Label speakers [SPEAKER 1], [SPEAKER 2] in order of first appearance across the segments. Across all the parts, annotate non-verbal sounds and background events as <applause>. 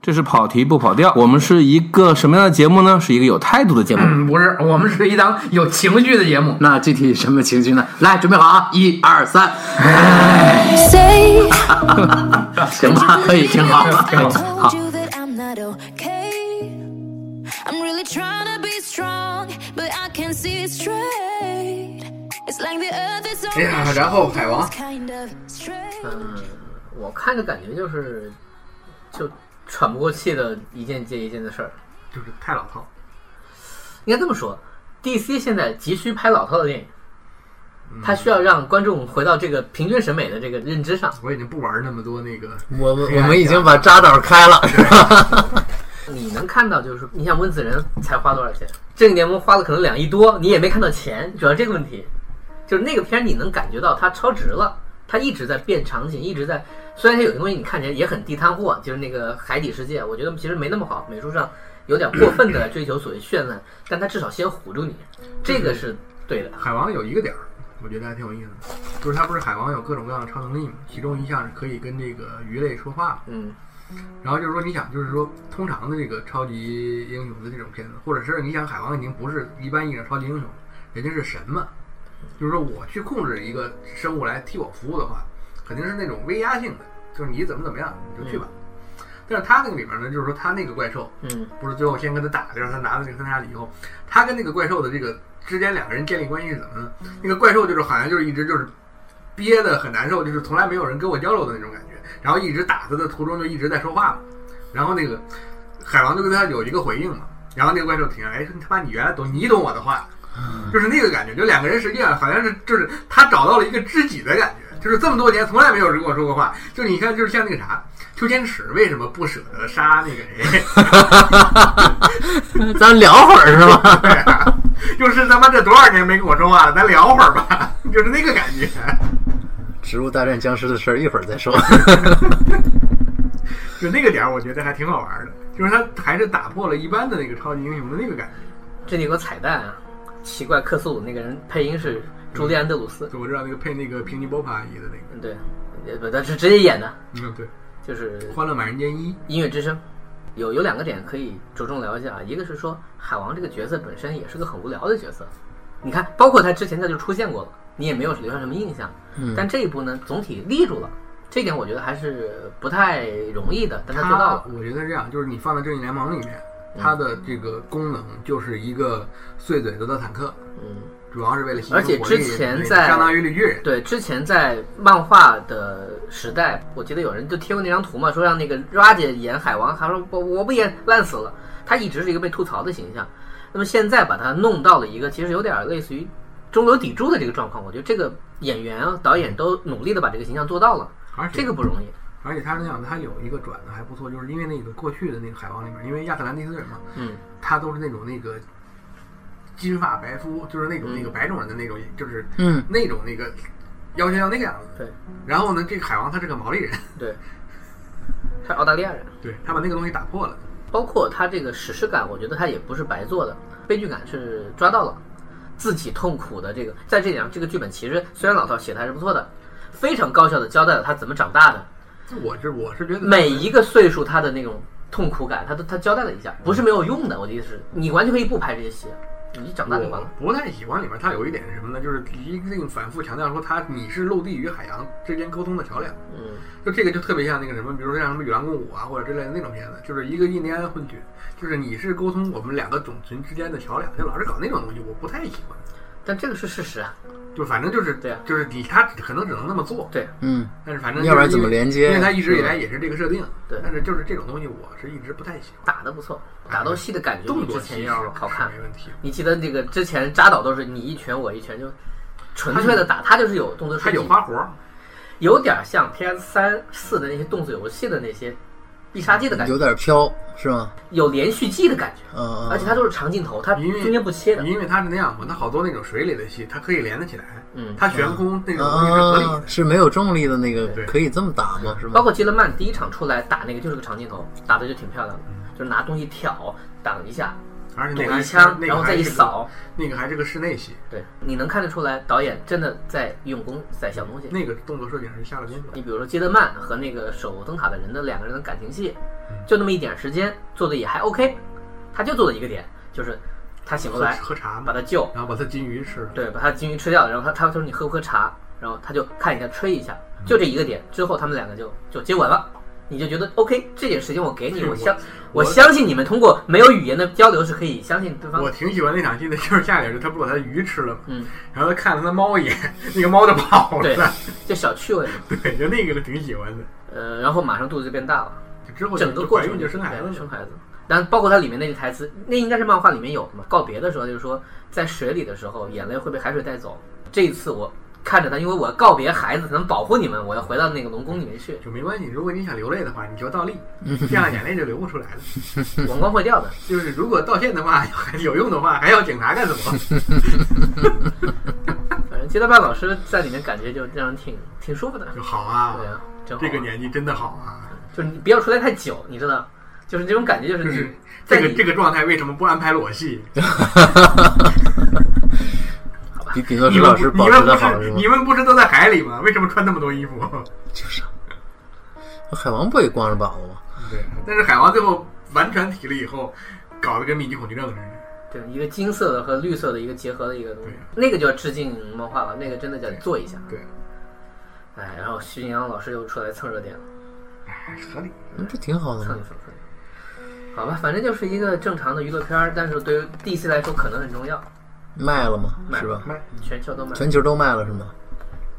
[SPEAKER 1] 这是跑题不跑调。我们是一个什么样的节目呢？是一个有态度的节目。
[SPEAKER 2] 嗯，不是，我们是一档有情绪的节目。
[SPEAKER 3] 那具体什么情绪呢？来，准备好啊！一
[SPEAKER 2] <laughs>
[SPEAKER 3] 二三，
[SPEAKER 4] Say
[SPEAKER 2] <laughs>
[SPEAKER 3] 行吧，可以，挺好。哎
[SPEAKER 2] 挺好
[SPEAKER 4] told you that I'm not okay. I'm really trying to be strong, but I can't see it straight. It's like the earth is
[SPEAKER 2] 哎呀，然后海王
[SPEAKER 4] kind of straight.
[SPEAKER 3] 嗯，我看着感觉就是，就喘不过气的一件接一件的事儿。
[SPEAKER 2] 就是太老套，
[SPEAKER 3] 应该这么说，DC 现在急需拍老套的电影，它需要让观众回到这个平均审美的这个认知上。
[SPEAKER 2] 我已经不玩那么多那个。
[SPEAKER 5] 我们
[SPEAKER 2] 黑暗
[SPEAKER 5] 我们已
[SPEAKER 2] 角
[SPEAKER 5] 经把扎导开了，是吧？
[SPEAKER 3] 你能看到，就是你想温子仁才花多少钱？正义联盟花了可能两亿多，你也没看到钱，主要这个问题，就是那个片儿你能感觉到它超值了，它一直在变场景，一直在。虽然它有些东西你看起来也很地摊货，就是那个海底世界，我觉得其实没那么好，美术上有点过分的追求所谓绚烂，但它至少先唬住你，这个是对的。
[SPEAKER 2] 海王有一个点儿，我觉得还挺有意思的，就是他不是海王有各种各样的超能力嘛，其中一项是可以跟这个鱼类说话嘛。
[SPEAKER 3] 嗯，
[SPEAKER 2] 然后就是说，你想，就是说，通常的这个超级英雄的这种片子，或者是你想，海王已经不是一般意义上超级英雄，人家是神嘛。就是说，我去控制一个生物来替我服务的话，肯定是那种威压性的，就是你怎么怎么样你就去吧。但是他那个里面呢，就是说他那个怪兽，
[SPEAKER 3] 嗯，
[SPEAKER 2] 不是最后先跟他打，让他拿了这个三叉戟以后，他跟那个怪兽的这个之间两个人建立关系是怎么呢？那个怪兽就是好像就是一直就是憋得很难受，就是从来没有人跟我交流的那种感觉，然后一直打他的途中就一直在说话嘛，然后那个海王就跟他有一个回应嘛，然后那个怪兽停下来，哎，说他妈你原来懂你懂我的话，就是那个感觉，就两个人实际上好像是就是他找到了一个知己的感觉，就是这么多年从来没有人跟我说过话，就你看就是像那个啥。秋千尺为什么不舍得杀那个谁？
[SPEAKER 5] 咱聊会儿是吧？
[SPEAKER 2] 对啊， <laughs> 就是他妈这多少年没跟我说话了，咱聊会儿吧， <laughs> 就是那个感觉。
[SPEAKER 5] 植物大战僵尸的事儿一会儿再说。
[SPEAKER 2] <laughs> 就那个点儿，我觉得还挺好玩的，就是他还是打破了一般的那个超级英雄的那个感觉。
[SPEAKER 3] 这里有个彩蛋啊，奇怪，克苏鲁那个人配音是朱利安·德鲁斯，
[SPEAKER 2] 就我知道那个配那个平尼波帕伊的那个，
[SPEAKER 3] 嗯，对，呃不，他是直接演的，
[SPEAKER 2] 嗯，对，
[SPEAKER 3] 就是
[SPEAKER 2] 《欢乐满人间一》
[SPEAKER 3] 音乐之声。有有两个点可以着重聊一下，啊一个是说海王这个角色本身也是个很无聊的角色，你看，包括他之前他就出现过了，你也没有留下什么印象。嗯、但这一部呢，总体立住了，这点我觉得还是不太容易的，但他做到
[SPEAKER 2] 他
[SPEAKER 3] 了。
[SPEAKER 2] 我觉得是这样，就是你放在正义联盟里面，
[SPEAKER 3] 嗯
[SPEAKER 2] 它的这个功能就是一个碎嘴子的坦克，
[SPEAKER 3] 嗯，
[SPEAKER 2] 主要是为了牺牲
[SPEAKER 3] 而且
[SPEAKER 2] 火力
[SPEAKER 3] 之前
[SPEAKER 2] 对
[SPEAKER 3] 在
[SPEAKER 2] 相当于绿巨人，
[SPEAKER 3] 对，之前在漫画的时代，我记得有人就贴过那张图嘛，说让那个 r a j 演海王，他说我我不演，烂死了。他一直是一个被吐槽的形象，那么现在把他弄到了一个其实有点类似于中流砥柱的这个状况，我觉得这个演员啊、导演都努力的把这个形象做到了，
[SPEAKER 2] 而且
[SPEAKER 3] 这个不容易。
[SPEAKER 2] 而且他那样，他有一个转的还不错，就是因为那个过去的那个海王里面，因为亚特兰蒂斯人嘛，
[SPEAKER 3] 嗯，
[SPEAKER 2] 他都是那种那个金发白肤，就是那种那个
[SPEAKER 3] 嗯
[SPEAKER 2] 白种人的那种，就是
[SPEAKER 5] 嗯，
[SPEAKER 2] 那种那个要求要那个样子。
[SPEAKER 3] 对
[SPEAKER 2] 然后呢，这个海王他是个毛利人，
[SPEAKER 3] 对，他是澳大利亚人。
[SPEAKER 2] 对 <laughs> 他把那个东西打破了。
[SPEAKER 3] 包括他这个史诗感，我觉得他也不是白做的，悲剧感是抓到了，自己痛苦的这个，在这点上，这个剧本其实虽然老套写的还是不错的，非常高效的交代了他怎么长大的，
[SPEAKER 2] 就我是我是觉得
[SPEAKER 3] 每一个岁数他的那种痛苦感，他都他交代了一下，不是没有用的，我的意思是，你完全可以不拍这些戏，你长大就
[SPEAKER 2] 我
[SPEAKER 3] 完了。
[SPEAKER 2] 不太喜欢里面他有一点是什么呢？就是一定反复强调说他你是陆地与海洋之间沟通的桥梁。
[SPEAKER 3] 嗯，
[SPEAKER 2] 就这个就特别像那个什么，比如说像什么《与狼共舞》啊，或者之类的那种片子，就是一个印第安混血，就是你是沟通我们两个种群之间的桥梁，就老是搞那种东西，我不太喜欢。
[SPEAKER 3] 但这个是事实啊，
[SPEAKER 2] 就反正就是
[SPEAKER 3] 对啊
[SPEAKER 2] 就是你他可能只能那么做，
[SPEAKER 3] 对，
[SPEAKER 5] 嗯，
[SPEAKER 2] 但是反正
[SPEAKER 5] 要不然
[SPEAKER 2] 就是因为
[SPEAKER 5] 怎么连接
[SPEAKER 2] 因为他一直以来也是这个设定，
[SPEAKER 3] 对
[SPEAKER 2] 但是就是这种东西我是一直不太喜欢。
[SPEAKER 3] 打的不错，打斗戏的感觉比
[SPEAKER 2] 动
[SPEAKER 3] 之
[SPEAKER 2] 作
[SPEAKER 3] 前
[SPEAKER 2] 戏
[SPEAKER 3] 要
[SPEAKER 2] 要
[SPEAKER 3] 好看
[SPEAKER 2] 没。问题，
[SPEAKER 3] 你记得那个之前扎导都是你一拳我一拳就纯粹的打，他就是有动作设
[SPEAKER 2] 他
[SPEAKER 3] 计，
[SPEAKER 2] 有花活儿，
[SPEAKER 3] 有点像 PS 三四的那些动作游戏的那些必杀技的感觉，
[SPEAKER 5] 有点飘是吗？
[SPEAKER 3] 有连续技的感觉，
[SPEAKER 5] 嗯
[SPEAKER 3] 而且它都是长镜头，它
[SPEAKER 2] 因为
[SPEAKER 3] 中间不切的。
[SPEAKER 2] 因为他是那样嘛，他好多那种水里的戏，它可以连得起来，
[SPEAKER 3] 嗯
[SPEAKER 2] 他悬空那种东西是合理
[SPEAKER 5] 啊
[SPEAKER 2] 的，，
[SPEAKER 5] 是没有重力的那个
[SPEAKER 2] 对，
[SPEAKER 5] 可以这么打吗？是吗？
[SPEAKER 3] 包括基勒曼第一场出来打那个就是个长镜头，打的就挺漂亮的，就是拿东西挑挡一下，
[SPEAKER 2] 而且
[SPEAKER 3] 堵
[SPEAKER 2] 嗯那个还
[SPEAKER 3] 一
[SPEAKER 2] 是
[SPEAKER 3] 枪，
[SPEAKER 2] 那
[SPEAKER 3] 然
[SPEAKER 2] 个
[SPEAKER 3] 后再
[SPEAKER 2] 还
[SPEAKER 3] 一
[SPEAKER 2] 是个
[SPEAKER 3] 扫，
[SPEAKER 2] 那个还是个室内戏，
[SPEAKER 3] 对，你能看得出来导演真的在用功在想东西。
[SPEAKER 2] 那个动作设计还是下了功夫的。
[SPEAKER 3] 你比如说基德曼和那个守灯塔的人的两个人的感情戏，就那么一点时间做的也还 OK，他就做了一个点，就是他醒过
[SPEAKER 2] 喝
[SPEAKER 3] 来
[SPEAKER 2] 喝茶嘛，
[SPEAKER 3] 把他救，
[SPEAKER 2] 然后把他金鱼吃了。
[SPEAKER 3] 对，把他鲸鱼吃掉，然后他他说你喝不喝茶，然后他就看一下吹一下，
[SPEAKER 2] 嗯
[SPEAKER 3] 就这一个点，之后他们两个就就接吻了。你就觉得 OK，这点时间我给你，
[SPEAKER 2] 对
[SPEAKER 3] 我
[SPEAKER 2] 我
[SPEAKER 3] 相我
[SPEAKER 2] 我
[SPEAKER 3] 相信你们通过没有语言的交流是可以相信对方
[SPEAKER 2] 我挺喜欢那场戏的，就是下点是他不是把他的鱼吃了嘛，
[SPEAKER 3] 嗯，
[SPEAKER 2] 然后他看了他猫一眼， <laughs> 那个猫就跑
[SPEAKER 3] 对
[SPEAKER 2] 了，
[SPEAKER 3] 这小趣味嘛。
[SPEAKER 2] 对，就那个就挺喜欢的。
[SPEAKER 3] 呃，然后马上肚子就变大了，
[SPEAKER 2] 就之后就
[SPEAKER 3] 整个
[SPEAKER 2] 就
[SPEAKER 3] 过
[SPEAKER 2] 怀
[SPEAKER 3] 程
[SPEAKER 2] 孕就生孩子
[SPEAKER 3] 对
[SPEAKER 2] 了
[SPEAKER 3] 生，孩子。但包括它里面那句台词，那应该是漫画里面有的嘛。告别的时候就是说，在水里的时候，眼泪会被海水带走。这一次我看着他，因为我要告别孩子，才能保护你们，我要回到那个龙宫里
[SPEAKER 2] <laughs>
[SPEAKER 3] 面去。
[SPEAKER 2] 就没关系。如果你想流泪的话，你就倒立，
[SPEAKER 3] 嗯
[SPEAKER 2] 这样眼泪就流不出来了。
[SPEAKER 3] 王光会掉的。
[SPEAKER 2] 就是如果道歉的话 <laughs> 有用的话，还要警察干什
[SPEAKER 3] <laughs>
[SPEAKER 2] 么？
[SPEAKER 3] 反正街道办老师在里面感觉就让人挺挺舒服的。
[SPEAKER 2] 就好啊
[SPEAKER 3] 对，啊，真好
[SPEAKER 2] 这
[SPEAKER 3] 玩。
[SPEAKER 2] 个年纪真的好啊。
[SPEAKER 3] 就是你不要出来太久，你知道，就是这种感觉，就是
[SPEAKER 2] 就是
[SPEAKER 3] 你嗯在
[SPEAKER 2] 嗯这
[SPEAKER 3] 你
[SPEAKER 2] 个这个状态，为什么不安排裸戏？
[SPEAKER 5] 比比诺
[SPEAKER 2] 你
[SPEAKER 5] 什
[SPEAKER 2] 们
[SPEAKER 5] 老
[SPEAKER 2] 不
[SPEAKER 5] 师
[SPEAKER 2] 你
[SPEAKER 5] 保
[SPEAKER 2] 们
[SPEAKER 5] 持
[SPEAKER 2] 不
[SPEAKER 5] 的好
[SPEAKER 2] 是
[SPEAKER 5] 是吗
[SPEAKER 2] 你？们不是都在海里吗？为什么穿那么多衣服？
[SPEAKER 5] 就是啊，海王不也光着膀子吗？
[SPEAKER 2] 对，但是海王最后完全体了以后，搞得跟密集恐惧症似的。
[SPEAKER 3] 对一个金色的和绿色的一个结合的一个东西
[SPEAKER 2] 对，
[SPEAKER 3] 那个就要致敬漫画了，那个真的叫做一下。
[SPEAKER 2] 对，
[SPEAKER 3] 哎，然后徐锦阳老师又出来蹭热点了，
[SPEAKER 2] 哎，合理。
[SPEAKER 5] 那不嗯挺好的
[SPEAKER 3] 蹭一
[SPEAKER 5] 吗？
[SPEAKER 3] 蹭蹭一蹭。好吧，反正就是一个正常的娱乐片儿，但是对于 DC 来说可能很重要，
[SPEAKER 5] 卖了吗？
[SPEAKER 3] 卖了
[SPEAKER 5] 是吧？
[SPEAKER 2] 哎嗯
[SPEAKER 3] 全球都卖。
[SPEAKER 5] 全球都卖了是吗？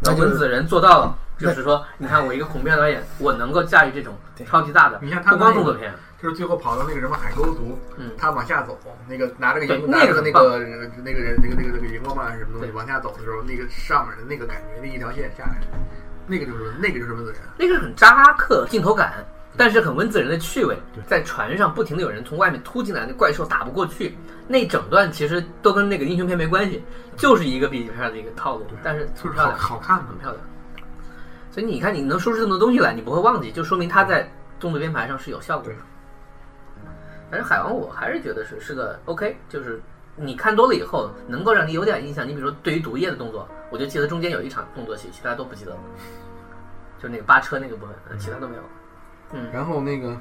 [SPEAKER 3] 那
[SPEAKER 5] 那就是
[SPEAKER 3] 温子仁做到了，就是说，你看我一个恐怖片导演，我能够驾驭这种超级大的，
[SPEAKER 2] 你看他
[SPEAKER 3] 不光
[SPEAKER 2] 那
[SPEAKER 3] 动
[SPEAKER 2] 个
[SPEAKER 3] 作片，
[SPEAKER 2] 就是最后跑到那个什么海沟族，
[SPEAKER 3] 嗯
[SPEAKER 2] 他往下走，那个拿着个
[SPEAKER 3] 对
[SPEAKER 2] 荧拿着个
[SPEAKER 3] 那
[SPEAKER 2] 那
[SPEAKER 3] 个
[SPEAKER 2] 个那个人那个那个那个荧光棒还是什么东西
[SPEAKER 3] 对
[SPEAKER 2] 往下走的时候，那个上面的那个感觉，那一条线下来，那个就是那个就是温子仁。
[SPEAKER 3] 那个很扎克镜头感，但是很温子仁的趣味
[SPEAKER 2] 对。
[SPEAKER 3] 在船上不停的有人从外面突进来，那怪兽打不过去。那整段其实都跟那个英雄片没关系，就是一个 B 级片的一个套路
[SPEAKER 2] 对，
[SPEAKER 3] 但是
[SPEAKER 2] 就
[SPEAKER 3] 很
[SPEAKER 2] 是
[SPEAKER 3] 漂
[SPEAKER 2] 好
[SPEAKER 3] 亮，
[SPEAKER 2] 好看嘛
[SPEAKER 3] 很。漂亮。所以你看，你能说出这么多东西来，你不会忘记，就说明他在动作编排上是有效果的
[SPEAKER 2] 对。
[SPEAKER 3] 但是海王，我还是觉得是是个 OK，就是你看多了以后，能够让你有点印象。你比如说对于毒液的动作，我就记得中间有一场动作戏，其他都不记得了，就是那个扒车那个部分，呃其他都没有。
[SPEAKER 2] 然后那个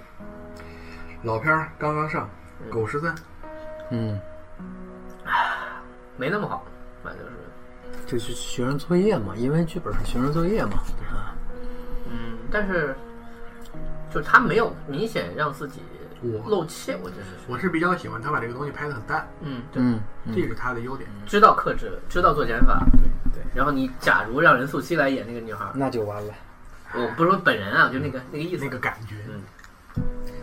[SPEAKER 2] 老片儿刚刚上，
[SPEAKER 3] 嗯
[SPEAKER 2] 狗十三，
[SPEAKER 5] 嗯，
[SPEAKER 3] 没那么好，反正是，
[SPEAKER 5] 就是学生作业嘛，因为剧本是学生作业嘛。啊，
[SPEAKER 3] 嗯，但是就是他没有明显让自己
[SPEAKER 2] 我
[SPEAKER 3] 露怯，我觉得是，
[SPEAKER 2] 我是比较喜欢他把这个东西拍的很淡，
[SPEAKER 3] 嗯，对，
[SPEAKER 5] 嗯，
[SPEAKER 2] 这是他的优点。
[SPEAKER 3] 知道克制，知道做减法，
[SPEAKER 2] 对对，
[SPEAKER 3] 然后你假如让任素汐来演那个女孩儿，
[SPEAKER 5] 那就完了。
[SPEAKER 3] 我不是说本人啊，就那个那个意思，
[SPEAKER 2] 那个感觉，
[SPEAKER 3] 嗯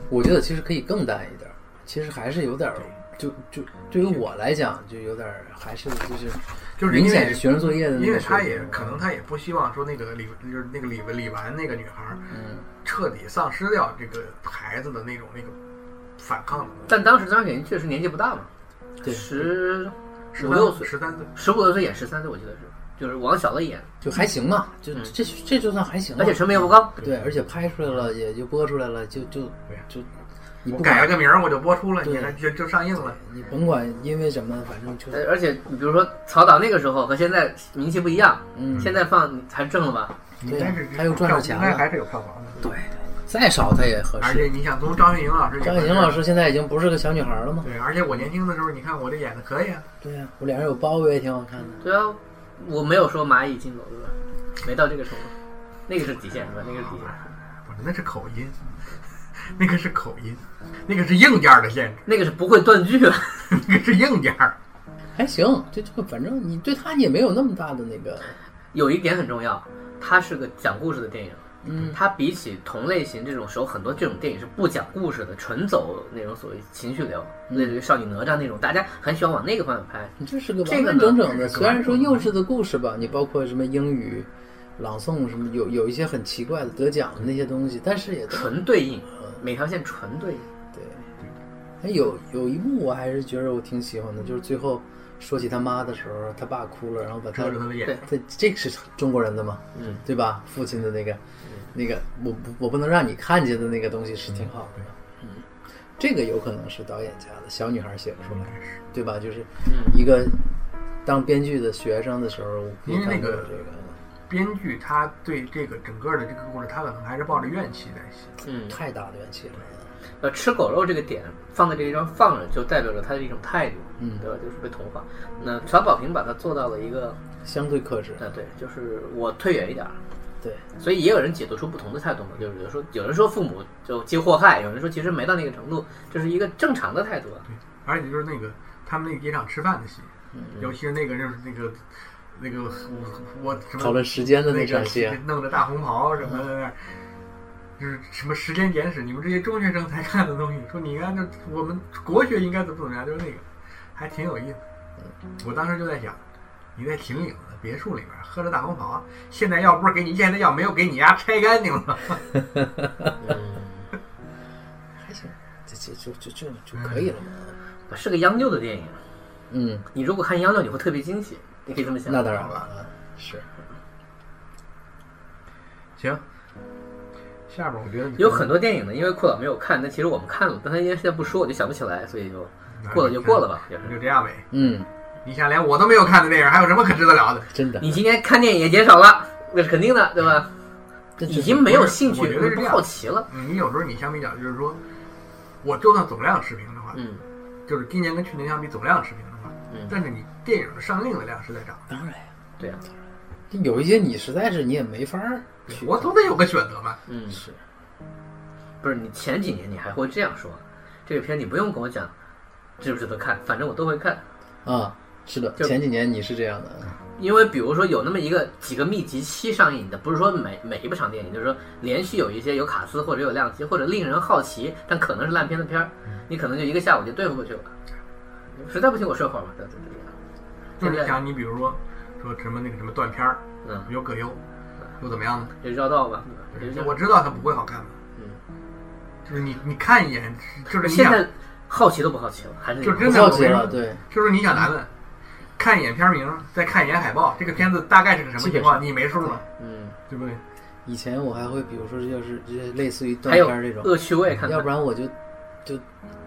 [SPEAKER 5] 我觉得其实可以更淡一点儿，其实还是有点儿，就就对于我来讲，就有点儿还是就是
[SPEAKER 2] 就是因
[SPEAKER 5] 明显是
[SPEAKER 2] 为
[SPEAKER 5] 学生嗯作业的那个
[SPEAKER 2] 因为他
[SPEAKER 5] 水
[SPEAKER 2] 也
[SPEAKER 5] 平
[SPEAKER 2] 可能他也不希望说那个李就是那个李李纨那个女孩儿
[SPEAKER 5] 嗯，
[SPEAKER 2] 彻底丧失掉这个孩子的那种那个反抗的
[SPEAKER 3] 但当时张小云确实年纪不大嘛，
[SPEAKER 5] 对
[SPEAKER 3] 十五六岁，
[SPEAKER 2] 十三岁，
[SPEAKER 3] 十五六岁演十三岁，我记得是，就是王小乐演，
[SPEAKER 5] 就还行嘛，就
[SPEAKER 3] 嗯
[SPEAKER 5] 这这就算还行了，
[SPEAKER 3] 而且成本又不高，
[SPEAKER 5] 对，而且拍出来了，也就播出来了，就就
[SPEAKER 2] 对哎呀
[SPEAKER 5] 就你
[SPEAKER 2] 我
[SPEAKER 5] 不
[SPEAKER 2] 改了
[SPEAKER 5] 管
[SPEAKER 2] 个名儿我就播出了，
[SPEAKER 5] 对
[SPEAKER 2] 你看就就上映了。
[SPEAKER 5] 你甭管因为什么，反正就
[SPEAKER 2] 哎
[SPEAKER 3] 呃而且你比如说曹导那个时候和现在名气不一样，
[SPEAKER 5] 嗯
[SPEAKER 3] 现在放还挣了吧？
[SPEAKER 5] 对
[SPEAKER 2] 但是
[SPEAKER 5] 他又赚着钱
[SPEAKER 2] 应该还
[SPEAKER 5] 了，
[SPEAKER 2] 是有票房的。
[SPEAKER 5] 对，再少他也合
[SPEAKER 2] 而且
[SPEAKER 5] 适。
[SPEAKER 2] 你想，从张云颖老师，
[SPEAKER 5] 张颖老，师现在已经不是个小女孩了嘛？
[SPEAKER 2] 对，而且我年轻的时候，你看我这演的可以啊，
[SPEAKER 5] 对呀、我脸上有包也挺好看的。
[SPEAKER 3] 对啊，我没有说蚂蚁金楼对吧？没到这个程度，那个是底线是吧？那个是底线，
[SPEAKER 2] 不是那是口音， <laughs> 那个是口音，那个是硬件的限制，
[SPEAKER 3] 那个是不会断句了。
[SPEAKER 2] <laughs> 那个是硬件儿。
[SPEAKER 5] 还行，这这个反正你对他也没有那么大的那个，
[SPEAKER 3] 有一点很重要，它是个讲故事的电影。
[SPEAKER 5] 嗯，
[SPEAKER 3] 它比起同类型这种时候，很多这种电影是不讲故事的，纯走那种所谓情绪流，
[SPEAKER 5] 嗯
[SPEAKER 3] 类似于少女哪吒那种，大家很喜欢往那个方向拍。
[SPEAKER 5] 你这是个
[SPEAKER 3] 这个
[SPEAKER 5] 完完
[SPEAKER 3] 呢
[SPEAKER 5] 整整的，
[SPEAKER 2] 是个
[SPEAKER 5] 虽然
[SPEAKER 2] 完
[SPEAKER 5] 说
[SPEAKER 2] 整
[SPEAKER 5] 幼稚的故事吧，你包括什么英语朗诵什么，有有一些很奇怪的得奖的那些东西，但是也都
[SPEAKER 3] 纯对应，
[SPEAKER 5] 嗯
[SPEAKER 3] 每条线纯对应。
[SPEAKER 5] 对，哎，有有一幕我还是觉得我挺喜欢的，就是最后说起他妈的时候，他爸哭了，然后把他
[SPEAKER 2] 遮住他的眼
[SPEAKER 3] 对
[SPEAKER 5] 这这个是中国人的嘛，
[SPEAKER 3] 嗯，
[SPEAKER 5] 对吧？父亲的那个，那个我不我不能让你看见的那个东西是挺好的，嗯，这个有可能是导演家的小女孩写出来的，对吧？就是
[SPEAKER 3] 嗯
[SPEAKER 5] 一个当编剧的学生的时候，我可以
[SPEAKER 2] 因为那
[SPEAKER 5] 看过
[SPEAKER 2] 个
[SPEAKER 5] 这个。
[SPEAKER 2] 编剧他对这个整个的这个故事，他可能还是抱着怨气在写。
[SPEAKER 3] 嗯，
[SPEAKER 5] 太大的怨气了。
[SPEAKER 3] 呃，吃狗肉这个点放在这个地方放着，就代表着他的一种态度，
[SPEAKER 5] 嗯
[SPEAKER 3] 对吧？就是被同化。那曹保平把它做到了一个，
[SPEAKER 5] 相对克制，
[SPEAKER 3] 呃，对，就是我退远一点儿，
[SPEAKER 5] 对，
[SPEAKER 3] 所以也有人解读出不同的态度嘛，就是有人说，有人说父母就皆祸害，有人说其实没到那个程度，这是一个正常的态度啊。
[SPEAKER 2] 而且就是那个他们那个野场吃饭的戏，尤其是那个就是那个那个嗯我我什么
[SPEAKER 5] 讨论时间的
[SPEAKER 2] 那
[SPEAKER 5] 那场戏，
[SPEAKER 2] 个啊弄着大红袍什么的那儿。就是什么《时间简史》，你们这些中学生才看的东西，说你应该这我们国学应该怎么怎么样，就是那个，还挺有意思。我当时就在想，你在秦岭的别墅里边喝着大红袍，现在要不是给你现在要没有给你呀拆干净了，
[SPEAKER 5] 还行，这这就就就就
[SPEAKER 3] 嗯
[SPEAKER 5] 可以了嘛。
[SPEAKER 3] 是个央六的电影，
[SPEAKER 5] 嗯，
[SPEAKER 3] 你如果看央六，你会特别惊喜，你可以这么想。
[SPEAKER 5] 那当然了，是
[SPEAKER 2] 行，下边我觉得
[SPEAKER 3] 有很多电影呢，因为酷老没有看，但其实我们看了，但他因为现在不说，我就想不起来，所以就过了就过了吧。也
[SPEAKER 2] 就是这样呗。
[SPEAKER 5] 嗯，
[SPEAKER 2] 你想连我都没有看的电影，还有什么可值得聊的？
[SPEAKER 5] 真的，
[SPEAKER 3] 你今天看电影也减少了，那是肯定的，对吧？
[SPEAKER 5] 这就
[SPEAKER 3] 已经没有兴
[SPEAKER 2] 我
[SPEAKER 3] 趣，
[SPEAKER 2] 觉得是这
[SPEAKER 3] 不
[SPEAKER 2] 样
[SPEAKER 3] 好奇了。
[SPEAKER 2] 嗯你有时候你相比较，就是说，我就算总量持平的话，
[SPEAKER 3] 嗯
[SPEAKER 2] 就是今年跟去年相比总量持平的话，
[SPEAKER 3] 嗯，
[SPEAKER 2] 但是你电影的上映的量是在涨的，
[SPEAKER 5] 当然呀，
[SPEAKER 3] 对啊，
[SPEAKER 5] 有一些你实在是你也没法儿去，
[SPEAKER 2] 我总得有个选择嘛。
[SPEAKER 3] 嗯，
[SPEAKER 5] 是
[SPEAKER 3] 不是你前几年你还会这样说，这个片你不用跟我讲值不值得看，反正我都会看。
[SPEAKER 5] 啊，是的，
[SPEAKER 3] 就嗯
[SPEAKER 5] 前几年你是这样的，
[SPEAKER 3] 因为比如说有那么一个几个密集期上映的，不是说每每一部场电影，就是说连续有一些有卡斯或者有亮机或者令人好奇，但可能是烂片的片儿，你可能就一个下午就对付过去了。嗯实在不行我睡会儿吧，对对对
[SPEAKER 2] 就是
[SPEAKER 3] 对
[SPEAKER 2] 你想，你比如说说什么那个什么断片儿，
[SPEAKER 3] 对，嗯，
[SPEAKER 2] 有葛优，又怎么样呢？
[SPEAKER 3] 就绕道吧。对吧就
[SPEAKER 2] 我
[SPEAKER 3] 我
[SPEAKER 2] 知道它不会好看嘛。就是你你看一眼，就是你
[SPEAKER 3] 嗯现
[SPEAKER 2] 想，
[SPEAKER 3] 在好奇都不好奇了，还是
[SPEAKER 2] 就
[SPEAKER 5] 不
[SPEAKER 2] 真的
[SPEAKER 5] 好
[SPEAKER 2] 我
[SPEAKER 5] 奇
[SPEAKER 2] 跟你
[SPEAKER 5] 了，
[SPEAKER 2] 说，
[SPEAKER 5] 对，
[SPEAKER 2] 就是你想咱们看一眼片名，再看一眼海报，这个片子大概是个什么情况，你没数嘛，
[SPEAKER 3] 嗯，
[SPEAKER 2] 对不对？
[SPEAKER 5] 以前我还会比如说就是就是类似于断
[SPEAKER 3] 还有
[SPEAKER 5] 片儿这种，
[SPEAKER 3] 恶趣味看看，
[SPEAKER 5] 要不然我就就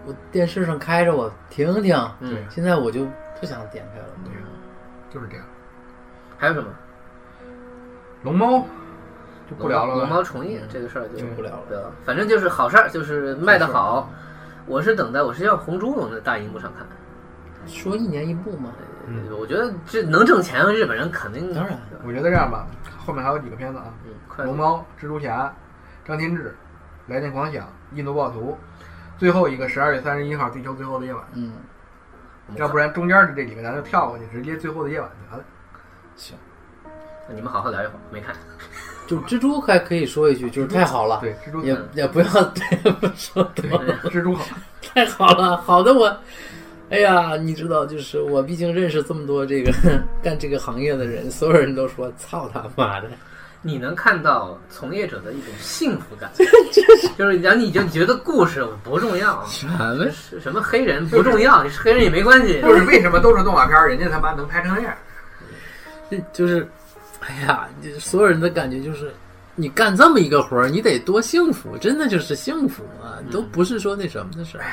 [SPEAKER 5] 我电视上开着我听听，
[SPEAKER 3] 嗯，
[SPEAKER 5] 现在我就不想点开了，
[SPEAKER 2] 对就是这样。
[SPEAKER 3] 还有什么
[SPEAKER 2] 龙猫就不聊了吧。
[SPEAKER 3] 龙猫重映这个事儿就
[SPEAKER 5] 就不聊
[SPEAKER 3] 对
[SPEAKER 5] 了，
[SPEAKER 3] 吧？反正就是好事儿，就是卖得好。我是等待，我是要红猪笼在大荧幕上看。
[SPEAKER 5] 说一年一部嘛，
[SPEAKER 2] 嗯
[SPEAKER 3] 我觉得这能挣钱，日本人肯定
[SPEAKER 5] 当然
[SPEAKER 2] 我觉得这样吧，后面还有几个片子啊，
[SPEAKER 3] 嗯，
[SPEAKER 2] 《
[SPEAKER 3] 快
[SPEAKER 2] 龙猫》《蜘蛛侠》《张天志》《来电狂想》《印度暴徒》，最后一个十二月三十一号《地球最后的夜晚
[SPEAKER 5] 嗯，》，
[SPEAKER 2] 要不然中间的这几个咱就跳过去，直接《最后的夜晚》得了。
[SPEAKER 5] 行。
[SPEAKER 3] 你们好好聊一会儿，没看。
[SPEAKER 5] 就蜘蛛还可以说一
[SPEAKER 3] 啊
[SPEAKER 5] 句，就是太好了，
[SPEAKER 2] 对，蜘蛛
[SPEAKER 5] 也也不要对不说多了，
[SPEAKER 2] 蜘蛛
[SPEAKER 3] <laughs>
[SPEAKER 2] 好，
[SPEAKER 5] 太好了，好的我，哎呀，你知道，就是我毕竟认识这么多这个 <laughs> 干这个行业的人，所有人都说操他妈 <laughs> 的，
[SPEAKER 3] 你能看到从业者的一种幸福
[SPEAKER 5] <laughs>
[SPEAKER 3] 感，就是然后你就觉得故事不重要，
[SPEAKER 5] 什么
[SPEAKER 3] 是什么黑人不重要，你是黑人也没关系。
[SPEAKER 2] 就是为什么都是动画片儿，人家他妈能拍成那样？
[SPEAKER 5] 就是，哎呀，就是所有人的感觉就是，你干这么一个活儿，你得多幸福，真的就是幸福啊，都不是说那什么的事儿。 <laughs>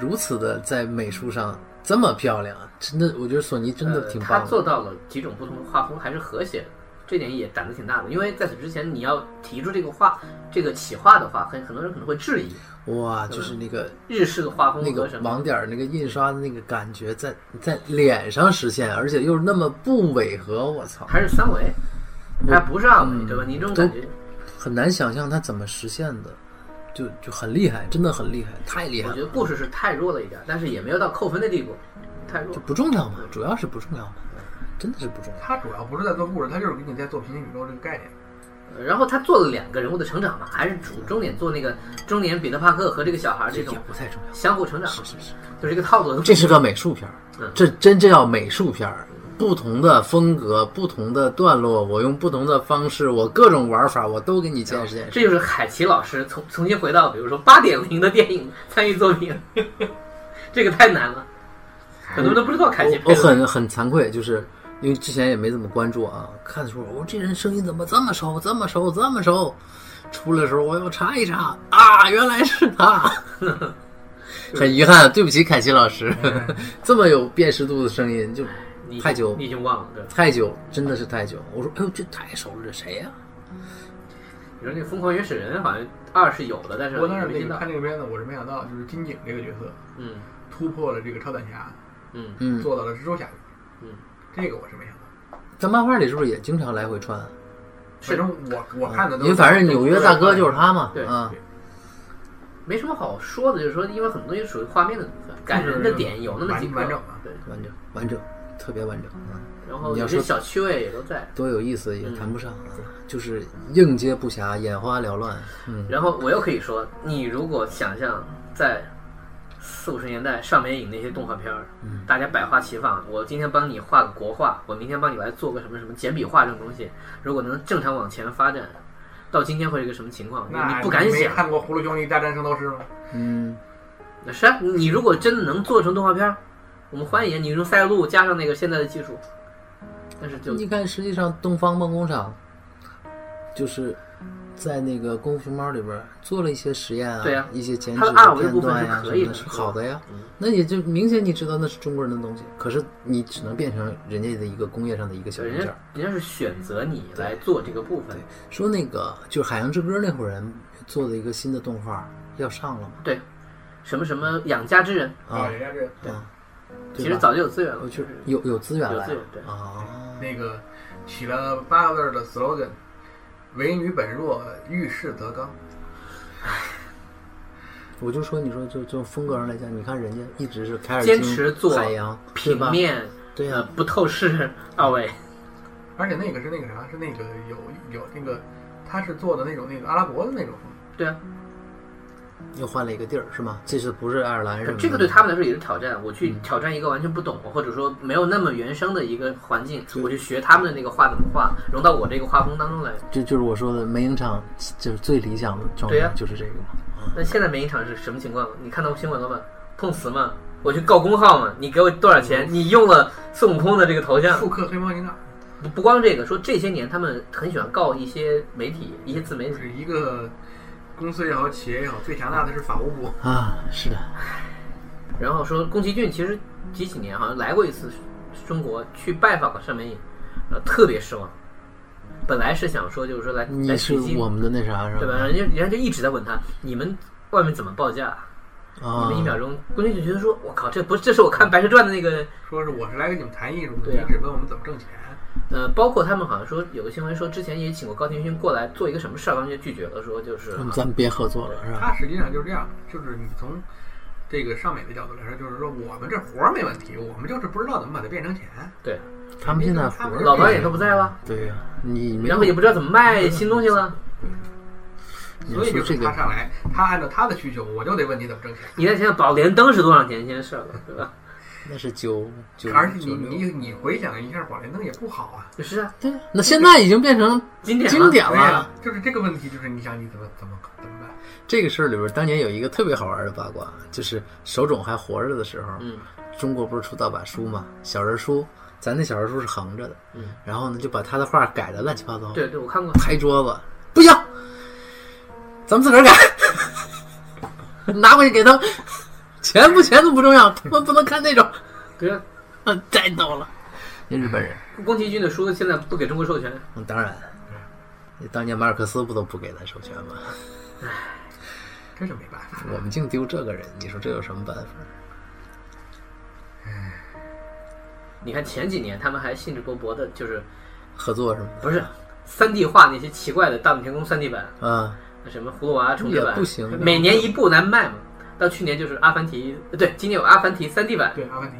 [SPEAKER 5] 如此的在美术上这么漂亮，真的，我觉得索尼真的
[SPEAKER 3] 呃
[SPEAKER 5] 挺棒
[SPEAKER 3] 他
[SPEAKER 5] 的。
[SPEAKER 3] 做到了几种不同的画风还是和谐的，这点也胆子挺大的。因为在此之前，你要提出这个画这个企划的话，很很多人可能会质疑
[SPEAKER 5] 哇，就是那个
[SPEAKER 3] 日式的画风
[SPEAKER 5] 那
[SPEAKER 3] 和
[SPEAKER 5] 个
[SPEAKER 3] 什么。
[SPEAKER 5] 网点儿那个印刷的那个感觉在在脸上实现，而且又是那么不违和，我操，
[SPEAKER 3] 还是三维，还不是二
[SPEAKER 5] 嗯
[SPEAKER 3] 维，对吧？你这种感觉，
[SPEAKER 5] 很难想象他怎么实现的，就就很厉害，真的很厉害，太厉害
[SPEAKER 3] 我觉
[SPEAKER 5] 了，
[SPEAKER 3] 得故事是太弱了一点，但是也没有到扣分的地步，太弱
[SPEAKER 5] 就。不重要嘛，主要是不重要嘛，真的是不重要。
[SPEAKER 2] 他主要不是在做故事，他就是给你在做平行宇宙这个概念。
[SPEAKER 3] 呃然后他做了两个人物的成长嘛，还是主重点做那个中年彼得帕克和这个小孩这种
[SPEAKER 5] 也不太重要，
[SPEAKER 3] 相互成长，
[SPEAKER 5] 是是，
[SPEAKER 3] 就是一个套路的东西。
[SPEAKER 5] 这是个美术片儿
[SPEAKER 3] 嗯，
[SPEAKER 5] 这真这叫美术片儿。不同的风格，不同的段落，我用不同的方式，我各种玩法，我都给你见识见识。
[SPEAKER 3] 这就是海奇老师重重新回到，比如说八点零的电影参与作品， <laughs> 这个太难了，很多人都不知道凯奇
[SPEAKER 5] 我
[SPEAKER 3] 配
[SPEAKER 5] 我
[SPEAKER 3] 的
[SPEAKER 5] 很很惭愧，就是因为之前也没怎么关注啊，看的时候，我、这人声音怎么这么熟，这么熟，这么熟，出来的时候我要查一查啊，原来是他。很遗憾，对不起，凯奇老师， <laughs> 这么有辨识度的声音就
[SPEAKER 3] 你
[SPEAKER 5] 太久
[SPEAKER 3] 你已经忘了。对，
[SPEAKER 5] 太久，真的是太久。我说，哎呦，这太熟了，这谁呀、
[SPEAKER 3] 你说那《疯狂原始人》好像二是有的，但是
[SPEAKER 2] 我当时
[SPEAKER 3] 没
[SPEAKER 2] 那
[SPEAKER 3] 听
[SPEAKER 2] 个
[SPEAKER 3] 到
[SPEAKER 2] 看。这个片子，我是没想到，就是金井这个角色
[SPEAKER 3] 嗯
[SPEAKER 2] 突破了这个超短侠，
[SPEAKER 3] 嗯，
[SPEAKER 5] 嗯，
[SPEAKER 2] 做到了蜘蛛侠。
[SPEAKER 3] 嗯，
[SPEAKER 2] 这个我是没想到。
[SPEAKER 5] 在漫画里是不是也经常来回穿啊？
[SPEAKER 2] 反正我我看的都是，
[SPEAKER 5] 嗯您反正纽约大哥就是他嘛，
[SPEAKER 3] 对
[SPEAKER 5] 啊，
[SPEAKER 3] 没什么好说的，就是说，因为很多东西属于画面的部分，感人的点有那么几个，
[SPEAKER 2] 完完整啊
[SPEAKER 3] 对，
[SPEAKER 5] 完整完整，特别完整啊，
[SPEAKER 3] 然后
[SPEAKER 5] 你要
[SPEAKER 3] 有
[SPEAKER 5] 说
[SPEAKER 3] 些小趣味也都在。
[SPEAKER 5] 多有意思也
[SPEAKER 3] 嗯
[SPEAKER 5] 谈不上啊，就是应接不暇，眼花缭乱。嗯，
[SPEAKER 3] 然后我又可以说，你如果想象在四五十年代上美影那些动画片儿，
[SPEAKER 5] 嗯
[SPEAKER 3] 大家百花齐放，我今天帮你画个国画，我明天帮你来做个什么什么简笔画这种东西，如果能正常往前发展，到今天会是一个什么情况？
[SPEAKER 2] 那
[SPEAKER 3] 你不敢
[SPEAKER 2] 没
[SPEAKER 3] 想。
[SPEAKER 2] 看过《葫芦兄弟大战圣斗士》吗？
[SPEAKER 5] 嗯，
[SPEAKER 3] 那是啊，你如果真的能做成动画片儿，我们欢迎你用赛璐加上那个现在的技术，但是就
[SPEAKER 5] 你看，实际上东方梦工厂就是在那个功夫猫里边做了一些实验啊，
[SPEAKER 3] 对啊
[SPEAKER 5] 一些剪
[SPEAKER 3] 它
[SPEAKER 5] 纸
[SPEAKER 3] 的二维
[SPEAKER 5] 片
[SPEAKER 3] 部分
[SPEAKER 5] 段
[SPEAKER 3] 是
[SPEAKER 5] 呀、
[SPEAKER 3] 可
[SPEAKER 5] 什
[SPEAKER 3] 以的
[SPEAKER 5] 么的，是好的呀。
[SPEAKER 3] 嗯
[SPEAKER 5] 那也就明显你知道那是中国人的东西，可是你只能变成人家的一个工业上的一个小零
[SPEAKER 3] 人
[SPEAKER 5] 件
[SPEAKER 3] 家
[SPEAKER 5] 儿。
[SPEAKER 3] 人家是选择你来做这个部分，
[SPEAKER 5] 说那个就是《海洋之歌》那伙人做的一个新的动画要上了嘛？
[SPEAKER 3] 对，什么什么养家之人，
[SPEAKER 5] 啊，
[SPEAKER 2] 人家是
[SPEAKER 5] 啊，对
[SPEAKER 3] 其实
[SPEAKER 5] 吧哦
[SPEAKER 3] 早就有资源了，
[SPEAKER 5] 我
[SPEAKER 3] 就
[SPEAKER 5] 就是有有资源
[SPEAKER 3] 有
[SPEAKER 5] 来
[SPEAKER 3] 资源对
[SPEAKER 5] 啊，
[SPEAKER 2] 那个起了八个字儿的 slogan：“ 唯女本弱，遇事则刚。
[SPEAKER 5] 我就说你说就就风格上来讲，你看人家一直是凯尔
[SPEAKER 3] 坚
[SPEAKER 5] 金
[SPEAKER 3] 持做
[SPEAKER 5] 海洋对
[SPEAKER 3] 平
[SPEAKER 5] 吧？嗯
[SPEAKER 3] 面
[SPEAKER 5] 对呀、
[SPEAKER 3] 呃不透视二维，”
[SPEAKER 2] 而且那个是那个啥，是那个有有那个，他是做的那种那个阿拉伯的那种风
[SPEAKER 3] 对啊，
[SPEAKER 5] 又换了一个地儿是吗？这次不是爱尔兰人，
[SPEAKER 3] 这个对他们来说也是挑战。我去
[SPEAKER 5] 嗯
[SPEAKER 3] 挑战一个完全不懂或者说没有那么原生的一个环境，我去学他们的那个画怎么画，融到我这个画风当中来。
[SPEAKER 5] 就就是我说的美影厂就是最理想的状
[SPEAKER 3] 对
[SPEAKER 5] 态
[SPEAKER 3] 呀
[SPEAKER 5] 就是这个嘛。
[SPEAKER 3] 那现在美影厂是什么情况？你看到新闻了吗？碰瓷吗？我去告公号嘛？你给我多少钱？
[SPEAKER 5] 嗯
[SPEAKER 3] 你用了孙悟空的这个头
[SPEAKER 2] 格，
[SPEAKER 3] 像，
[SPEAKER 2] 复刻黑猫警长，
[SPEAKER 3] 不不光这个，说这些年他们很喜欢告一些媒体、一些自媒
[SPEAKER 2] 就
[SPEAKER 3] 体，
[SPEAKER 2] 是一个公司也好，企业也好，最强大的是法务部。
[SPEAKER 5] 啊，是的，
[SPEAKER 3] 然后说宫崎骏其实几几年好像来过一次中国，去拜访了上美影，然后特别失望。本来是想说就是说来
[SPEAKER 5] 你
[SPEAKER 3] 来
[SPEAKER 5] 是
[SPEAKER 3] 取经，
[SPEAKER 5] 我们的那啥是吧？
[SPEAKER 3] 对吧？人家人家就一直在问他，你们外面怎么报价？
[SPEAKER 5] 啊，
[SPEAKER 3] 你们一秒钟，宫崎骏觉得说，我靠，这不这是我看《白蛇传》的那个
[SPEAKER 2] 说是我是来给你们谈艺术的，
[SPEAKER 3] 对啊
[SPEAKER 2] 你只问我们怎么挣钱。
[SPEAKER 3] 呃，包括他们好像说有个新闻说，之前也请过高田勋过来做一个什么事儿，高田勋拒绝了，说就是
[SPEAKER 5] 那么咱们别合作了是吧？
[SPEAKER 2] 他实际上就是这样，就是你从这个上美的角度来说，就是说我们这活儿没问题，我们就是不知道怎么把它变成钱。
[SPEAKER 3] 对，
[SPEAKER 5] 他们现在活儿
[SPEAKER 3] 老导演都不在了，
[SPEAKER 5] 对呀、你没
[SPEAKER 3] 然后也不知道怎么卖新东西了。
[SPEAKER 5] 你
[SPEAKER 2] 所以
[SPEAKER 5] 说
[SPEAKER 2] 就是
[SPEAKER 5] 这
[SPEAKER 2] 他
[SPEAKER 5] 个
[SPEAKER 2] 上来，他按照他的需求，我就得问你怎么挣钱。
[SPEAKER 3] 你再想想宝莲灯是多少钱一件事儿了，对吧？
[SPEAKER 5] 那是九九
[SPEAKER 2] 而且你
[SPEAKER 5] 九
[SPEAKER 2] 你
[SPEAKER 5] 六，
[SPEAKER 2] 你回想一下，宝莲灯也不好啊。
[SPEAKER 3] 是啊，
[SPEAKER 5] 对呀，那现在已经变成
[SPEAKER 3] 经典
[SPEAKER 5] 经典
[SPEAKER 2] 对呀、
[SPEAKER 5] 了。
[SPEAKER 2] 就是这个问题，就是你想你怎么怎么怎么办？
[SPEAKER 5] 这个事儿里边，当年有一个特别好玩的八卦，就是手冢还活着的时候，
[SPEAKER 3] 嗯，
[SPEAKER 5] 中国不是出盗版书嘛，小人书，咱那小人书是横着的，
[SPEAKER 3] 嗯，
[SPEAKER 5] 然后呢就把他的画改的乱七八糟，，
[SPEAKER 3] 对对，我看过，
[SPEAKER 5] 拍桌子，不行，咱们自个儿改， <laughs> 拿回去给他，钱不钱都不重要，他们不能看那种，
[SPEAKER 3] 对啊，
[SPEAKER 5] 太逗了，那日本人，
[SPEAKER 3] 宫崎骏的书现在不给中国授权，
[SPEAKER 5] 嗯，当然，当年马尔克斯不都不给咱授权吗？
[SPEAKER 2] 真是没办法。
[SPEAKER 5] 我们净丢这个人，你说这有什么办法？
[SPEAKER 3] 你看前几年他们还兴致勃勃的，就是
[SPEAKER 5] 合作什么的，
[SPEAKER 3] 不是三 D 画那些奇怪的《大闹天宫》三 D 版，
[SPEAKER 5] 啊，
[SPEAKER 3] 什么葫芦娃重制版
[SPEAKER 5] 也不行
[SPEAKER 3] 每年一部难卖嘛。到去年就是《阿凡提》，对，今年有《阿凡提》三 D 版，
[SPEAKER 2] 对，阿凡提，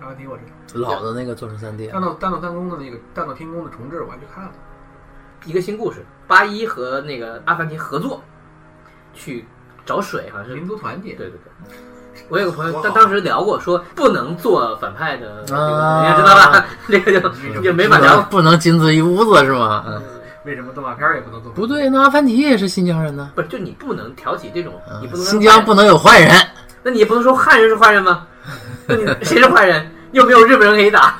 [SPEAKER 2] 阿凡提我知道，
[SPEAKER 5] 老的那个做成三 D，
[SPEAKER 2] 大闹大闹三宫的那个大闹天宫的重置我还去看了。
[SPEAKER 3] 一个新故事，八一和那个《阿凡提》合作去找水，好像是
[SPEAKER 2] 民族团结，
[SPEAKER 3] 对对对。我有个朋友，
[SPEAKER 2] 多
[SPEAKER 3] 他
[SPEAKER 2] 好
[SPEAKER 3] 当时聊过，说不能做反派的这个，
[SPEAKER 5] 啊
[SPEAKER 3] 你也知道吧？ <laughs> 这个就也没法
[SPEAKER 5] 不能
[SPEAKER 3] 聊。
[SPEAKER 5] 不能金子一屋子是吗？嗯。
[SPEAKER 2] 为什么动画片儿也不能做？
[SPEAKER 5] 不，对，那阿凡提也是新疆人呢。
[SPEAKER 3] 不是，就你不能挑起这种，你不能
[SPEAKER 5] 啊嗯新疆不能有坏人，
[SPEAKER 3] 那你也不能说汉人是坏人
[SPEAKER 5] <laughs>
[SPEAKER 3] 吗？那你谁是坏人？又没有日本人可以打，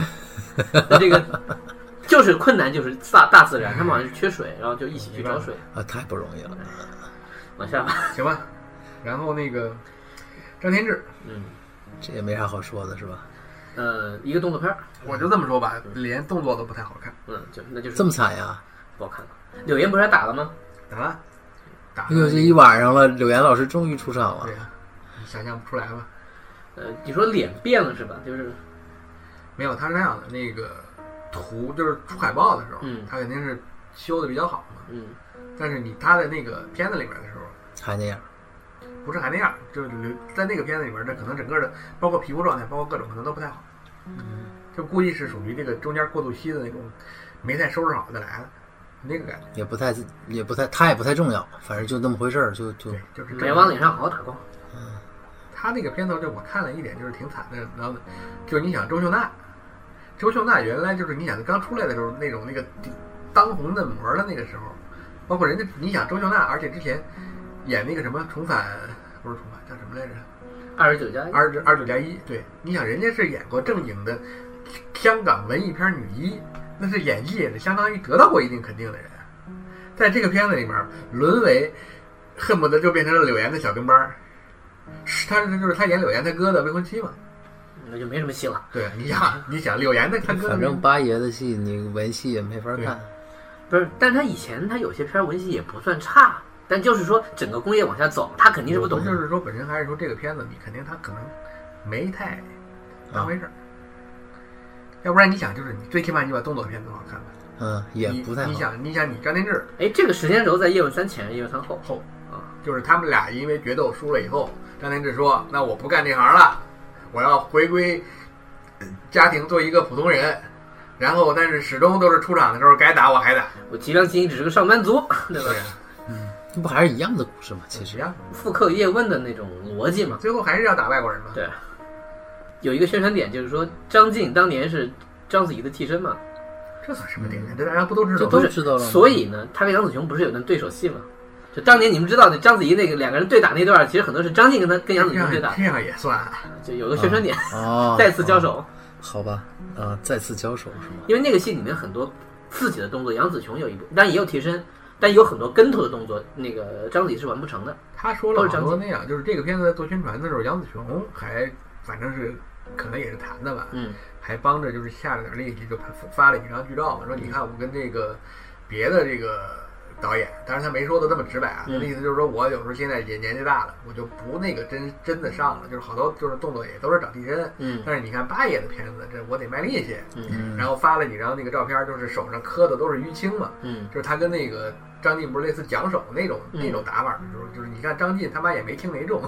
[SPEAKER 3] 那这个就是困难就是大大自然，他们好像是缺水，然后就一起去找水
[SPEAKER 5] 啊，太不容易了。
[SPEAKER 3] 往下吧。
[SPEAKER 2] 行吧。然后那个张天志，
[SPEAKER 3] 嗯，
[SPEAKER 5] 这也没啥好说的，是吧？
[SPEAKER 3] 呃，一个动作片儿，
[SPEAKER 2] 我就这么说吧，连动作都不太好看
[SPEAKER 3] 嗯，就那就是
[SPEAKER 5] 这么惨呀？
[SPEAKER 3] 不好看了。柳岩不是还打了吗？
[SPEAKER 2] 啊。打
[SPEAKER 5] 又是一晚上了，柳岩老师终于出场了
[SPEAKER 2] 对。呀、你想象不出来吧？
[SPEAKER 3] 呃，你说脸变了是吧？就是
[SPEAKER 2] 没有，他是那样的，那个图就是出海报的时候，
[SPEAKER 3] 嗯
[SPEAKER 2] 他肯定是修的比较好嘛。
[SPEAKER 3] 嗯，
[SPEAKER 2] 但是你他在那个片子里面的时候，
[SPEAKER 5] 还那样，
[SPEAKER 2] 不是还那样，就是在那个片子里面的可能整个的，包括皮肤状态，包括各种可能都不太好。
[SPEAKER 5] 嗯
[SPEAKER 2] 就估计是属于这个中间过渡期的那种，没太收拾好再来的那个感觉。
[SPEAKER 5] 也不太，也不太，他也不太重要，反正就那么回事儿，就就
[SPEAKER 2] 对，就是
[SPEAKER 3] 没往脸上好好打光。
[SPEAKER 2] 他那个片头就我看了一点，就是挺惨的。然后就是你想周秀娜，周秀娜原来就是你想刚出来的时候那种那个底当红嫩模的那个时候，包括人家你想周秀娜，而且之前演那个什么重返不是重返叫什么来着？
[SPEAKER 3] 二十九加一，
[SPEAKER 2] 二九二九加一，对，你想人家是演过正经的香港文艺片女一，那是演技也是相当于得到过一定肯定的人，在这个片子里面沦为恨不得就变成了柳岩的小跟班儿，是他是就是他演柳岩他哥的未婚妻嘛，
[SPEAKER 3] 那就没什么戏了。
[SPEAKER 2] 对，你想你想柳岩的他哥的
[SPEAKER 5] 反
[SPEAKER 2] 未
[SPEAKER 5] 正
[SPEAKER 2] 婚，
[SPEAKER 5] 八爷的戏你文戏也没法看。
[SPEAKER 3] 不是，但是他以前他有些片儿文戏也不算差，但就是说整个工业往下走，他肯定是不懂
[SPEAKER 2] 我。就是说本身还是说这个片子你肯定他可能没
[SPEAKER 5] 啊
[SPEAKER 2] 太当回事儿，要不然你想就是你最起码你把动作片弄好看吧，
[SPEAKER 5] 嗯，也
[SPEAKER 2] 你
[SPEAKER 5] 不太
[SPEAKER 2] 你
[SPEAKER 5] 好。
[SPEAKER 2] 想你想你张天志。
[SPEAKER 3] 哎，这个时间轴在叶问三前，叶问三后。
[SPEAKER 2] 后
[SPEAKER 3] 啊，
[SPEAKER 2] 就是他们俩因为决斗输了以后，张天志说：“那我不干这行了，我要回归呃家庭，做一个普通人。”然后，但是始终都是出场的时候该打我还打，
[SPEAKER 3] 我吉良吉只是个上班族， <laughs> 对吧？
[SPEAKER 5] 啊那不还是一样的故事吗？其
[SPEAKER 2] 一
[SPEAKER 5] 实
[SPEAKER 2] 样，
[SPEAKER 3] 复刻叶问的那种逻辑嘛。
[SPEAKER 2] 最后还是要打外国人嘛。
[SPEAKER 3] 对，有一个宣传点就是说张晋当年是章子怡的替身嘛，
[SPEAKER 2] 这算什么典型？这大家不都知
[SPEAKER 5] 嗯这
[SPEAKER 2] 道
[SPEAKER 5] 都
[SPEAKER 2] 吗？
[SPEAKER 3] 是
[SPEAKER 5] 知道了吗
[SPEAKER 3] 所以呢，他跟杨紫琼不是有那对手戏嘛？就当年你们知道那章子怡那个两个人对打那段儿，其实很多是张晋跟他跟杨
[SPEAKER 2] 这
[SPEAKER 3] 紫琼
[SPEAKER 2] 样
[SPEAKER 3] 对打，
[SPEAKER 2] 这样也算啊？
[SPEAKER 3] 就有个宣传点，
[SPEAKER 5] 哦，
[SPEAKER 3] 再次交手。
[SPEAKER 5] 好吧，啊，再次交手是吗？
[SPEAKER 3] 因为那个戏里面很多自己的动作，杨紫琼有一部，但也有替身，但有很多跟头的动作，那个章子怡是完不成的。
[SPEAKER 2] 他说了好多那样，就是这个片子在做宣传的时候，杨紫琼还反正是可能也是谈的吧，
[SPEAKER 3] 嗯，
[SPEAKER 2] 还帮着就是下了点力气，就发发了几张剧照嘛，说你看我跟这个别的这个导演，当然他没说的这么直白啊，他的意思就是说我有时候现在也年纪大了，我就不那个真真的上了，就是好多就是动作也都是找替身，
[SPEAKER 3] 嗯
[SPEAKER 2] 但是你看八爷的片子，这我得卖力气，
[SPEAKER 5] 嗯
[SPEAKER 2] 然后发了几张那个照片，就是手上磕的都是淤青嘛，
[SPEAKER 3] 嗯，
[SPEAKER 2] 就是他跟那个张晋不是类似讲手那种、那种打法的时候，就是你看张晋他妈也没听没
[SPEAKER 3] <laughs>
[SPEAKER 2] 中，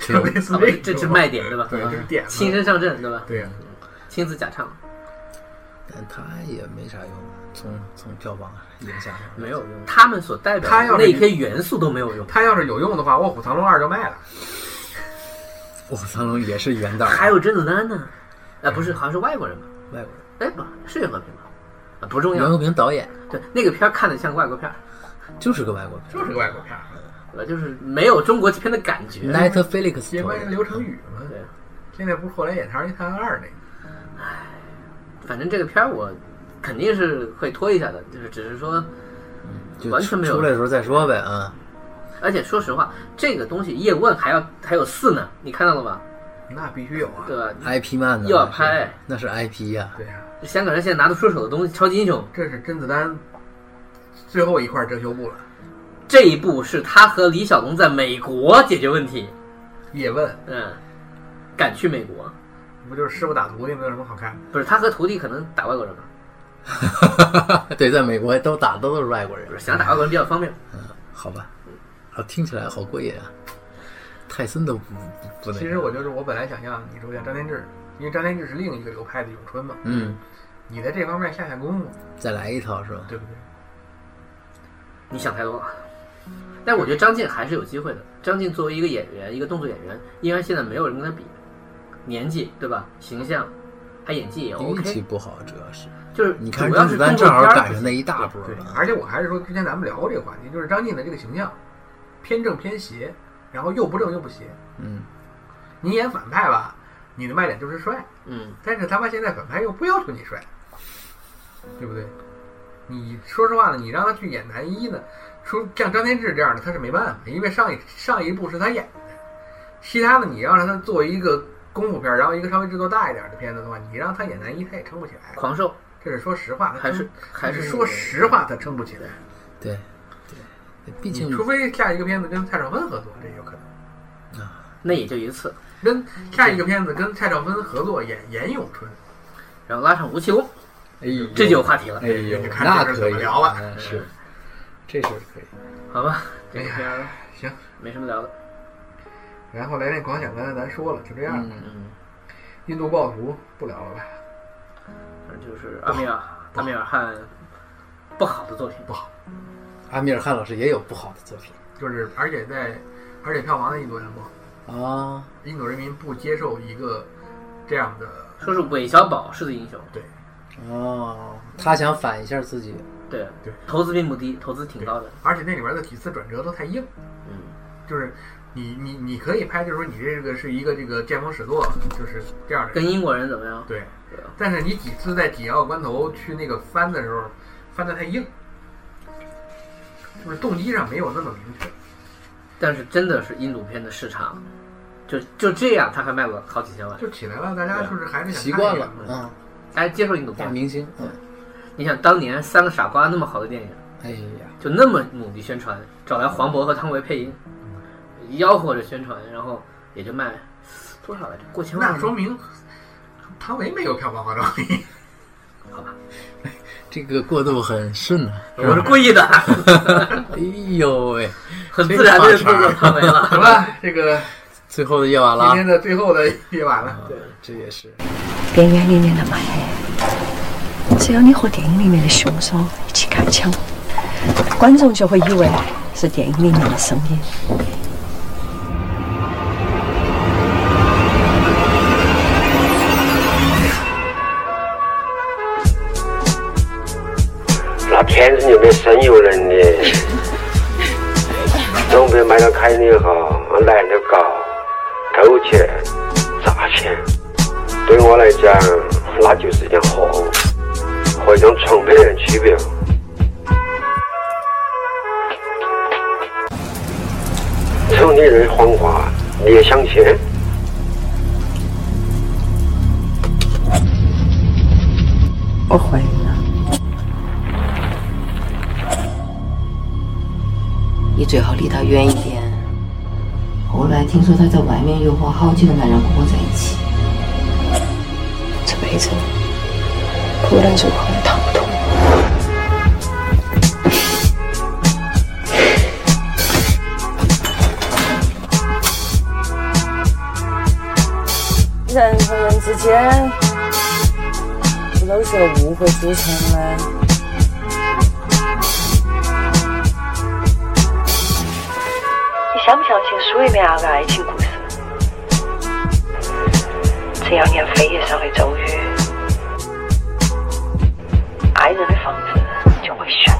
[SPEAKER 2] 就类似
[SPEAKER 3] 啊不
[SPEAKER 2] 那
[SPEAKER 3] 是，这
[SPEAKER 2] 种
[SPEAKER 3] 是卖点对吧？嗯
[SPEAKER 2] 对，就是点嘛
[SPEAKER 3] 亲身上阵对吧？
[SPEAKER 2] 对呀、
[SPEAKER 3] 亲自假唱
[SPEAKER 5] 但他也没啥用，啊从从票房影响上
[SPEAKER 3] 没有用，他们所代表
[SPEAKER 2] 他要
[SPEAKER 3] 的
[SPEAKER 2] 是
[SPEAKER 3] 那些元素都没有用。
[SPEAKER 2] 他要是有用的话，《卧虎藏龙二》就卖了。
[SPEAKER 5] 卧虎藏龙也是原档，
[SPEAKER 3] 还有甄子丹呢，啊，不是，好像是外国人吧？
[SPEAKER 5] 外国人，
[SPEAKER 3] 哎，不是袁和平吧？啊，不重
[SPEAKER 5] 袁
[SPEAKER 3] 要
[SPEAKER 5] 和。平导演
[SPEAKER 3] 对，那个片儿看的像外国片儿，
[SPEAKER 5] 就是个外国片
[SPEAKER 2] 就是个外国片儿，
[SPEAKER 3] 对吧？就是没有中国片的感觉。
[SPEAKER 5] ，Net Felix
[SPEAKER 2] 也
[SPEAKER 5] 导
[SPEAKER 2] 关于
[SPEAKER 5] 演，
[SPEAKER 2] 刘成宇嘛。
[SPEAKER 3] 对，
[SPEAKER 2] 现在不是后来演《唐人街探案二》那个，
[SPEAKER 3] 反正这个片儿我肯定是会拖一下的，就是只是说。
[SPEAKER 5] 就
[SPEAKER 3] 完
[SPEAKER 5] 出
[SPEAKER 3] 全没有
[SPEAKER 5] 出来的时候再说呗啊。
[SPEAKER 3] 而且说实话，这个东西叶问还要还有四呢，你看到了吧？
[SPEAKER 2] 那必须有啊。
[SPEAKER 3] 对吧？
[SPEAKER 5] IP 漫呢，
[SPEAKER 3] 又要拍
[SPEAKER 5] 那是 IP 呀、 <laughs>
[SPEAKER 2] 对呀、
[SPEAKER 3] 香港人现在拿得出手的东西，超级英雄
[SPEAKER 2] 这是甄子丹最后一块遮羞布了。
[SPEAKER 3] 这一部是他和李小龙在美国解决问题，
[SPEAKER 2] 叶问
[SPEAKER 3] 嗯，赶去美国，
[SPEAKER 2] 不就是师傅打徒弟，没有什么好看的。
[SPEAKER 3] 不是他和徒弟可能打外国人吧？
[SPEAKER 5] 对，在美国都打的都是外国人
[SPEAKER 3] 不是，想打外国人比较方便。
[SPEAKER 5] 好吧？啊，听起来好过瘾啊！泰森都不不不那个，
[SPEAKER 2] 其实我就是我本来想象你说像张天志，因为张天志是另一个流派的咏春嘛，
[SPEAKER 5] 嗯，
[SPEAKER 2] 你在这方面下下功夫，
[SPEAKER 5] 再来一套是吧？
[SPEAKER 2] 对不对？
[SPEAKER 3] 你想太多了。但我觉得张晋还是有机会的。张晋作为一个演员，一个动作演员，因为现在没有人跟他比，年纪对吧？形象，他演技也
[SPEAKER 5] 运气
[SPEAKER 3] OK，
[SPEAKER 5] 不好，主要是
[SPEAKER 3] 就是
[SPEAKER 5] 你
[SPEAKER 3] 主
[SPEAKER 5] 看
[SPEAKER 3] 要是
[SPEAKER 5] 甄子丹
[SPEAKER 3] 动
[SPEAKER 5] 正
[SPEAKER 3] 作
[SPEAKER 5] 好
[SPEAKER 3] 片儿
[SPEAKER 5] 赶
[SPEAKER 3] 不行
[SPEAKER 5] 上那一大波
[SPEAKER 2] 对
[SPEAKER 5] 了，，
[SPEAKER 2] 而且我还是说之前咱们聊过这个话题，就是张晋的这个形象偏正偏邪，然后又不正又不邪。
[SPEAKER 5] 嗯，
[SPEAKER 2] 你演反派吧，你的卖点就是帅，
[SPEAKER 3] 嗯，
[SPEAKER 2] 但是他妈现在反派又不要求你帅，对不对？你说实话呢，你让他去演男一呢，说像张天志这样的他是没办法，因为上一上一部是他演的，其他的你要让他做一个功夫片，然后一个稍微制作大一点的片子的话，你让他演男一他也撑不起来，
[SPEAKER 3] 狂兽
[SPEAKER 2] 这是说实话，他
[SPEAKER 3] 还
[SPEAKER 2] 撑
[SPEAKER 3] 是还
[SPEAKER 2] 这
[SPEAKER 3] 是
[SPEAKER 2] 说实话他撑不起来，
[SPEAKER 5] 对对，毕竟
[SPEAKER 2] 你除非下一个片子跟蔡少芬合作，这有可能。
[SPEAKER 3] 那也就一次，
[SPEAKER 2] 跟下一个片子跟蔡少芬合作演严咏春，
[SPEAKER 3] 然后拉上吴奇隆，
[SPEAKER 5] 哎呦，
[SPEAKER 3] 这就有话题了
[SPEAKER 5] 哎，呦，
[SPEAKER 2] 你看
[SPEAKER 5] 那
[SPEAKER 2] 这事儿
[SPEAKER 5] 可以
[SPEAKER 2] 怎么聊了
[SPEAKER 5] 嗯是，这事儿可以。
[SPEAKER 3] 好吧？这个片儿
[SPEAKER 2] 哎行，
[SPEAKER 3] 没什么聊的，
[SPEAKER 2] 然后来那狂想刚才咱说了，就这样。
[SPEAKER 5] 嗯，
[SPEAKER 3] 嗯，
[SPEAKER 2] 印度暴徒不聊了吧？
[SPEAKER 3] 反正就是阿米尔阿米尔汗不好的作品，
[SPEAKER 2] 不好，
[SPEAKER 5] 阿米尔汗老师也有不好的作品
[SPEAKER 2] 就是而且在而且票房在印度也不好，
[SPEAKER 5] 啊，
[SPEAKER 2] 印度人民不接受一个这样的
[SPEAKER 3] 说是韦小宝式的英雄，
[SPEAKER 2] 对
[SPEAKER 5] 哦，他想反一下自己，
[SPEAKER 3] 对
[SPEAKER 2] 对，
[SPEAKER 3] 投资并不低，投资挺高的，
[SPEAKER 2] 而且那里边的几次转折都太硬，
[SPEAKER 3] 嗯，
[SPEAKER 2] 就是你你你可以拍，就是说你这个是一个这个见风使舵，就是这样的
[SPEAKER 3] 跟英国人怎么样？
[SPEAKER 2] 对
[SPEAKER 3] 对啊，
[SPEAKER 2] 但是你几次在紧要关头去那个翻的时候，翻的太硬，就是动机上没有那么明确。
[SPEAKER 3] 但是真的是印度片的市场，就就这样，他还卖了好几千万，
[SPEAKER 2] 就起来了，大家就是还是想
[SPEAKER 5] 啊习惯了
[SPEAKER 2] 看一眼
[SPEAKER 5] 啊，
[SPEAKER 3] 大家接受印度
[SPEAKER 5] 大
[SPEAKER 3] 片。
[SPEAKER 5] 明星，嗯，
[SPEAKER 3] 你想当年《三个傻瓜》那么好的电影，
[SPEAKER 5] 哎呀，
[SPEAKER 3] 就那么努力宣传，找来黄渤和汤唯配音，
[SPEAKER 2] 嗯
[SPEAKER 3] 吆喝着宣传，然后也就卖多少来着？过千万
[SPEAKER 2] 那
[SPEAKER 3] 吗？
[SPEAKER 2] 说明汤唯没有票房号召力。
[SPEAKER 3] 好吧，
[SPEAKER 5] 这个过渡很顺啊，
[SPEAKER 3] 我是故意的，
[SPEAKER 5] 哎呦喂，
[SPEAKER 3] 很自然的就做过 <laughs> 汤唯
[SPEAKER 2] <laughs>
[SPEAKER 3] 了。
[SPEAKER 2] 好了，这个
[SPEAKER 5] 最后的夜晚
[SPEAKER 2] 今
[SPEAKER 5] 了，
[SPEAKER 2] 天的最后的夜晚
[SPEAKER 3] 嗯
[SPEAKER 2] 了，
[SPEAKER 5] 这也是。
[SPEAKER 6] 电影里面的埋黑，只要你和电影里面的凶手一起开枪，观众就会以为是电影里面的声音。
[SPEAKER 7] 那片子里面真有人的，准备买了开的哈，男的搞勾结诈骗，对我来讲那就是一件货物，和一张床被人区别。瞅你那谎话，你也想信？
[SPEAKER 6] 我会了。
[SPEAKER 8] 你最好离他远一点。后来听说他在外面又和好几个男人裹在一起。
[SPEAKER 6] 这辈子可能就可能逃不脱。
[SPEAKER 9] 人和人之间有时候误会组成的。
[SPEAKER 6] 你相不相信书里面那个爱情故事？只要念扉页上的咒语，爱人的房子就会旋